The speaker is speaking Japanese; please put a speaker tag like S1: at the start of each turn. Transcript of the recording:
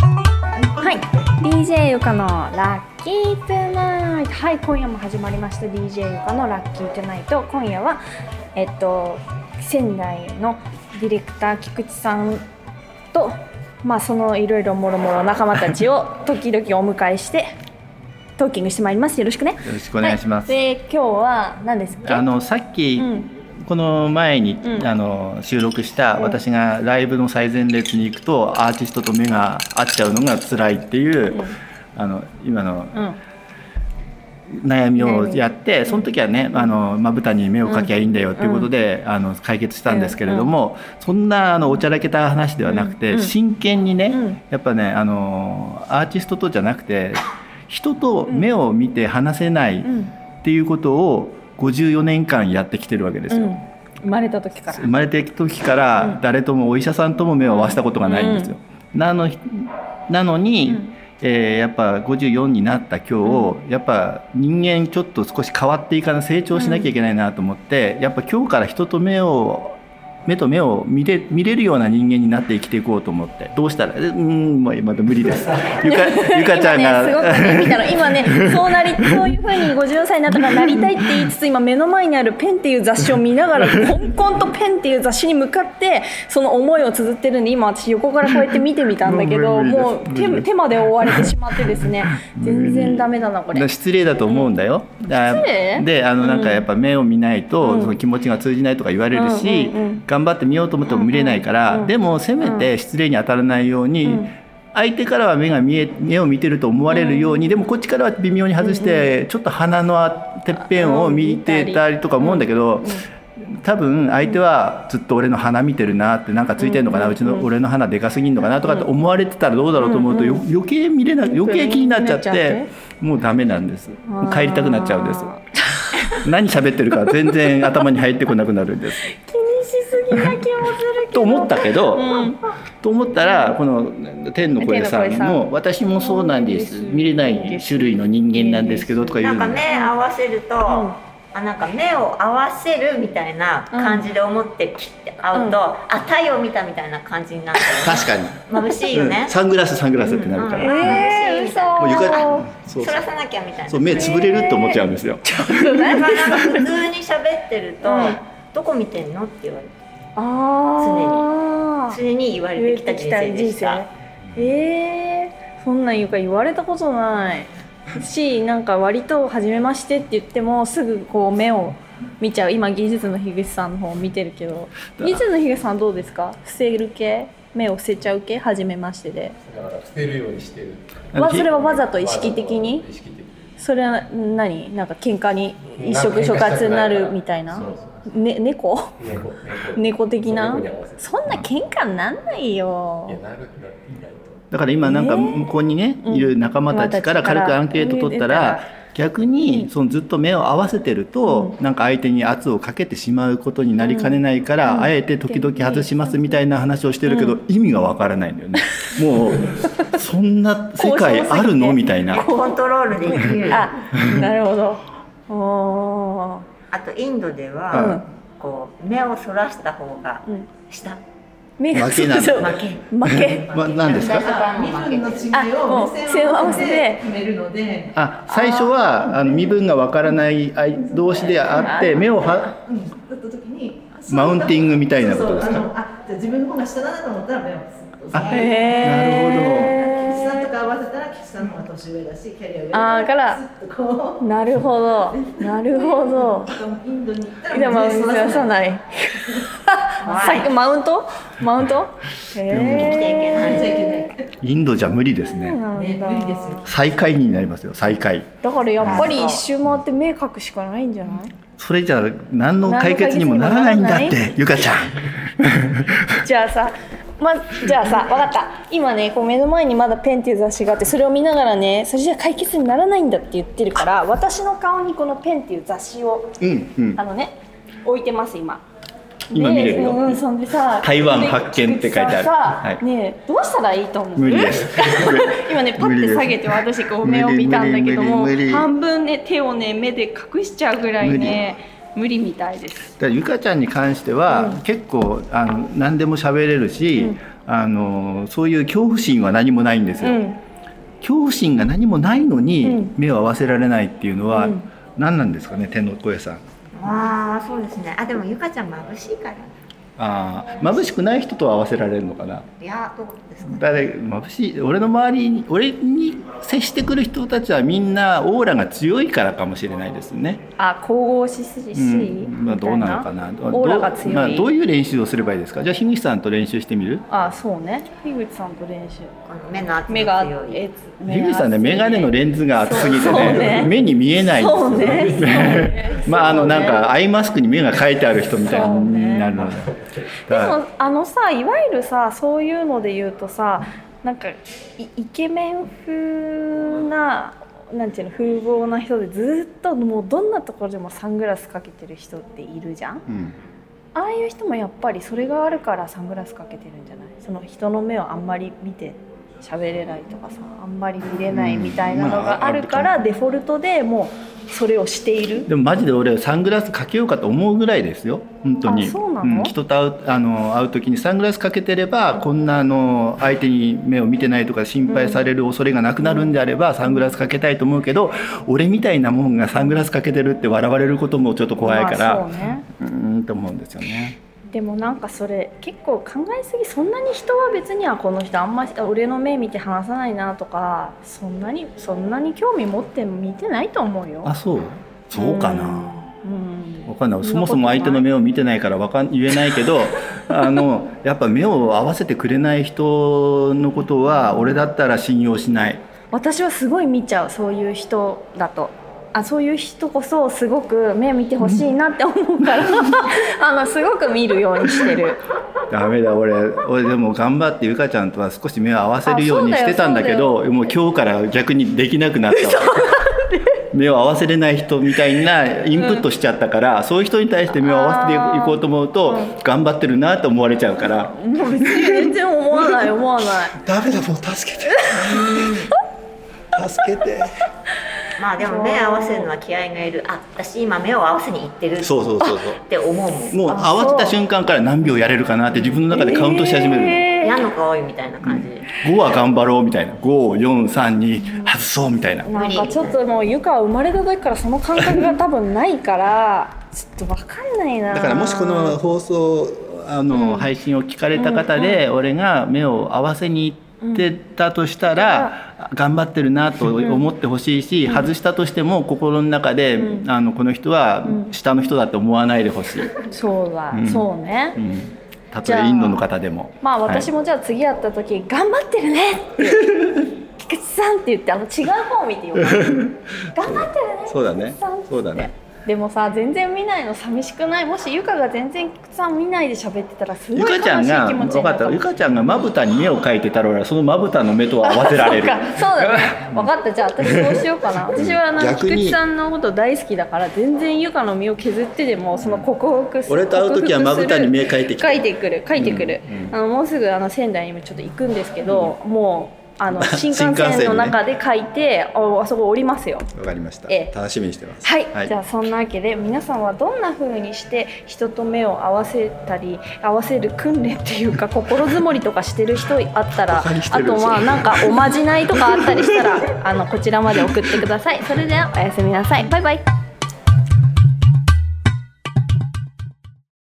S1: はい DJ ゆかのラッキートゥナイトはい今夜も始まりました DJ ゆかのラッキートゥナイト今夜はえっと仙台のディレクター菊池さんとまあそのいろいろもろもろ仲間たち を時々お迎えしてトーキングしてまいりますよろしくね
S2: よろしくお願いします。
S1: はい、で今日は何ですっけ
S2: あのさっき、
S1: うん
S2: この前に、
S1: うん
S2: あの収録した
S1: うん
S2: 私がライブの最前列に行くとアーティストと目が合っちゃうのが辛いっていう、
S1: うん
S2: あの今の
S1: うん
S2: 悩みをやって、その時はね、あのまぶたに目をかきゃいいんだよっていうことで、あの解決したんですけれども、そんなあのおちゃらけた話ではなくて、
S1: うん
S2: 真剣にね、
S1: うん
S2: やっぱねあのアーティストとじゃなくて人と目を見て話せな
S1: う
S2: い、
S1: ん
S2: っていうことを54年間やってきてるわけです
S1: う
S2: よ、
S1: ん生まれた時から
S2: 生まれてきた時か
S1: う
S2: ら
S1: ん
S2: 誰ともお医者さんとも目を合わせたことがないんですよ、なのなのに、
S1: うん
S2: えーやっぱ54になった今日を、やっぱ人間ちょっと少し変わっていかな成長しなきゃいけないなと思って、やっぱ今日から人と目を目と目を見れ見れるような人間になって生きていこうと思ってどうしたらえ うーんもうまだ無理です ゆかゆかちゃんが、
S1: 今ね、すごくね、見た の、今ね、そうなり、そういうふうに54歳になったからなりたいって言いつつ、今目の前にあるペンっていう雑誌を見ながら、コンコンとペンっていう雑誌に向かって。その思いを綴ってるんで、今私横からこうやって見てみたんだけ ど、
S2: 無理無理
S1: もう
S2: 無
S1: 手、
S2: 理
S1: 手まで覆われてしまってです ね。全然ダメだな、これ。
S2: 失礼だと思うんだよ。だ
S1: 失礼
S2: であのなんかやっぱ目を見ないと、
S1: うん
S2: その気持ちが通じないとか言われるし、
S1: うんうんうん
S2: 頑張って見ようと思っても見れないから、
S1: うんうん
S2: でもせめて失礼に当たらないように、
S1: うん
S2: 相手からは目が見え目を見てると思われるように、でもこっちからは微妙に外して、ちょっと鼻のあてっぺんを見てたりとか思うんだけど。多分相手はずっと俺の鼻見てるなってなんかついてるのかな、うちの俺の鼻でかすぎんのかなとかって思われてたらどうだろうと思うと、よ余計見れな余計気になっちゃっ
S1: 気になっちゃ
S2: てもうダメなんです
S1: あー
S2: 帰りたくなっちゃうんです何喋ってるか全然頭に入ってこなくなるんです
S1: 気にしすぎな気もするけど。
S2: と思ったけど、
S1: うん
S2: と思ったらこの天の声さん
S1: 天の声
S2: も「私もそうなんです見れない種類の人間なんですけど」とか言
S3: な
S2: うんの
S3: か
S2: よ
S3: 目合わせると、あなんか目を合わせるみたいな感じで思って切って会うと、
S1: う
S3: あ太陽見たみたいな感じになって
S2: 確かに、
S3: 眩しいよね
S2: うん、サングラスサングラスってなるから、
S3: うんうん
S1: ええー、嘘。
S2: もう床そう
S3: そらさなきゃみたいな
S2: そう目つぶれると思っちゃうんですよ
S3: なんか普通に喋ってると、
S1: うん
S3: どこ見てんのって言われて
S1: ああ。
S3: 常に言われてきた人生でした
S1: えー、そんなん言うか言われたことないしなんか割と「初めまして」って言ってもすぐこう目を見ちゃう今技術の樋口さんの方見てるけど技術の樋口さんどうですか伏せる系目を伏せちゃう系初めましてで
S4: だから捨てるようにしてる。
S1: わそれはわざと意識的に
S4: 意識的に。
S1: それは何なんか喧嘩に一触所轄になるみたいな
S4: そう
S1: ね、猫
S4: 猫。
S1: 猫的な
S4: 猫に合わせて
S1: そんな喧嘩なんないよ
S4: いやなるなる意外
S2: だから今なんか
S1: えー
S2: 向こうにね、
S1: うん
S2: いる仲間たちから
S1: 仲間たち
S2: 軽く
S1: から
S2: アンケート取った
S1: うん
S2: ら逆にそのずっと目を合わせてると、なんか相手に圧をかけてしまうことになりかねないから、
S1: うん
S2: あえて時々外しますみたいな話をしてるけど、
S1: うん
S2: 意味がわからないんだよね。もうそんな世界あるのみたいな。
S3: コントロールできるあ
S1: あなるほどおー
S3: とインドで
S2: う
S3: は
S2: ん、
S3: こう目をそらした方が
S1: うん
S3: 下、
S1: 目が
S2: 負けなんだ
S1: そう
S3: 負け
S1: 負け
S2: ま、何ですか
S5: 身分の違い
S1: あも
S5: を
S1: う
S5: 目
S1: 線
S5: 線
S1: を
S5: を
S1: 合
S5: 合
S1: わ
S5: わ
S1: せ
S5: せ
S1: て
S5: て決めるので
S2: あ最初はあの身分がわからない相同士であって目をは
S5: うんだった時にあそう
S2: マウンティングみたいなことですか
S5: そうそうあのあじゃあ自分の方が下だなと思ったら目をすっと
S2: あ
S5: 下げる
S1: へ
S5: 岸さんとか合わせたら岸さんの方が年上だしキャリア上
S1: あーから
S5: スッとこ
S1: ーなるほどなるほど
S5: うインドに行ったら
S1: でも
S5: 目を
S1: 見
S5: そ
S1: せ
S5: らさ
S1: さ
S5: ない
S1: ないさっき マウントマウント
S3: 生きていけ
S1: へ
S3: ない
S5: じゃいけない
S2: インドじゃ無理です
S1: え
S2: ね。
S1: なん
S5: ね
S1: だ
S5: 無理ですよ
S2: 最下位になりますよ最下位。
S1: だからやっぱり一周回って目隠しかないんじゃない
S2: それじゃ何の解決にもならないんだってゆかちゃん
S1: じゃあさまじゃあさ分かった今ねこう目の前にまだ「ペン」っていう雑誌があってそれを見ながらねそれじゃ解決にならないんだって言ってるから私の顔にこの「ペン」っていう雑誌を
S2: うんうん
S1: あのね置いてます今
S2: 今見れるよ
S1: でうん、そんでさ
S2: 台湾発見って書いてある
S1: 菊池さんさ、
S2: はい
S1: ねえどうしたらいいと思う
S2: 無理です
S1: 今ねパッ
S2: 無理
S1: て
S2: です
S1: 下げて私こう目を
S2: 無理
S1: 見たんだけども
S2: 無理無理無理
S1: 半分ね手をね目で隠しちゃうぐらいね無理みたいです
S2: だからゆかちゃんに関しては、結構あの何でも喋れるし、あのそういう恐怖心は何もないんですよ、
S1: うん
S2: 恐怖心が何もないの
S1: う
S2: に
S1: ん
S2: 目を合わせられないっていうのは
S1: うん
S2: 何なんですかね天の声さん。
S3: ああそうですねあでもゆかちゃん眩しいから
S2: あー眩しくない人と合わせられるのかない
S3: やどうですかね
S2: 誰眩しい俺の周りに俺に接してくる人たちはみんなオーラが強いからかもしれないですね。
S1: あ神々しすし、
S2: うんまあ、どうなのかな
S1: オーラが強い
S2: ど,、まあ、どういう練習をすればいいですかじゃあ樋口さんと練習してみる
S1: あそうね樋口さんと練習
S3: この目の圧
S1: 目が
S3: が強い
S1: え
S2: 樋口さんね眼鏡の
S1: ン
S2: レンズが厚すぎて
S1: そう
S2: ね
S1: ね
S2: 目に見えないんです
S1: そ
S2: よ
S1: う ねそうね
S2: まああのなん
S1: そうね
S2: かアイマスクに目が書いてある人みたいになるので
S1: で
S2: だから
S1: もあのさいわゆるさそういうので言うとさなんかいイケメン風ななんていうの風貌な人でずっともうどんなところでもサングラスかけてる人っているじゃん
S2: うん
S1: ああいう人もやっぱりそれがあるからサングラスかけてるんじゃないその人の目をあんまり見て喋れないとかさあんまり見れないみたいなのがあるか
S2: まああ
S1: ら
S2: る
S1: デフォルトでもうそれをしている
S2: でもマジで俺サングラスかけようかと思うぐらいですよ本当に
S1: あそうなの
S2: ん人と会うあの会う時にサングラスかけてればこんなあの相手に目を見てないとか心配される恐れがなくなるんであれば、サングラスかけたいと思うけど俺みたいなもんがサングラスかけてるって笑われることもちょっと怖いから、
S1: まあそうね
S2: うーんと思うんですよね。
S1: でもなんかそれ結構考えすぎそんなに人は別にはこの人あんま俺の目見て話さないなとかそんなにそんなに興味持って見てないと思うよ
S2: あそうそうかな。
S1: うん
S2: わかんないそもそも相手の目を見てないからわかん言えないけ どあのやっぱ目を合わせてくれない人のことは俺だったら信用しない。
S1: 私はすごい見ちゃうそういう人だとあそういう人こそすごく目見てほしいなって思うから あのすごく見るようにしてる
S2: ダメだ俺俺でも頑張ってゆかちゃんとは少し目を合わせるように
S1: あそうだよ
S2: してたんだけどもう今日から逆にできなくなったわ目を合わせれない人みたいなインプットしちゃったから、そういう人に対して目を合わせていこうと思うと、頑張ってるなと思われちゃうから
S1: もう別に全然思わない思わない
S2: ダメだもう助けて助けて
S3: まあでも目合わせるのは気合がいるあ私今目を合わせに行ってる
S2: そうそうそうそ
S3: って思うもん
S2: うもう合わせた瞬間から何秒やれるかなって自分の中でカウントし始めるの、
S1: え
S3: 矢のが多いみたいな感じ、
S2: 5は頑張ろうみたいな5432外そうみたいな
S1: ーなんかちょっともうゆかは生まれた時からその感覚が多分ないからちょっとわかんないな
S2: だからもしこの放送あの、
S1: うん
S2: 配信を聞かれた方で、俺が目を合わせに行ってたとしたら、頑張ってるなと思ってほしいし、外したとしても心の中で、
S1: うん
S2: あのこの人は
S1: うん
S2: 下の人だって思わないでほしい、
S1: そうだ、
S2: うん
S1: そうね、
S2: うん、た
S1: じ
S2: と
S1: ゃあ
S2: えインドの方でも。
S1: まあ私
S2: も、
S1: もじゃあ次会った時「頑張ってるね」 って「菊池さん」って言ってあの違う方を見てよかった頑張ってるね
S2: そうだね
S1: 菊池さんって
S2: そうだね
S1: でもさ全然見ないの寂しくないもしゆかが全然菊池さん見ないで喋ってたらすごい
S2: ゆ
S1: 悲しい
S2: かちゃんが
S1: 気持ち
S2: 分
S1: に
S2: か
S1: なる
S2: った
S1: も
S2: ゆかちゃんがまぶたに目を描いてたら俺はそのまぶたの目とは合わせられる
S1: そうかそうだね 分かったじゃあ私そうしようかな私はあの
S2: 逆
S1: 菊
S2: に
S1: 池さんのこと大好きだから全然ゆかの身を削ってでもその克服する
S2: 俺と会う時はまぶたに目描いてきて
S1: 書いてくる書いてくる、あのもうすぐあの仙台にもちょっと行くんですけど、もうあの新幹
S2: 新幹
S1: 線
S2: 線
S1: の
S2: にね
S1: 中で書いて、ああそこ降りますよ
S2: わかりました
S1: ええ
S2: 楽しみにしてます
S1: はい、じゃあそんなわけで皆さんはどんな風にして人と目を合わせたり合わせる訓練っていうか心づもりとかしてる人あったら
S2: バカにして
S1: あ
S2: る
S1: とはなんかおまじないとかあったりしたらあのこちらまで送ってくださいそれではおやすみなさいバイバイ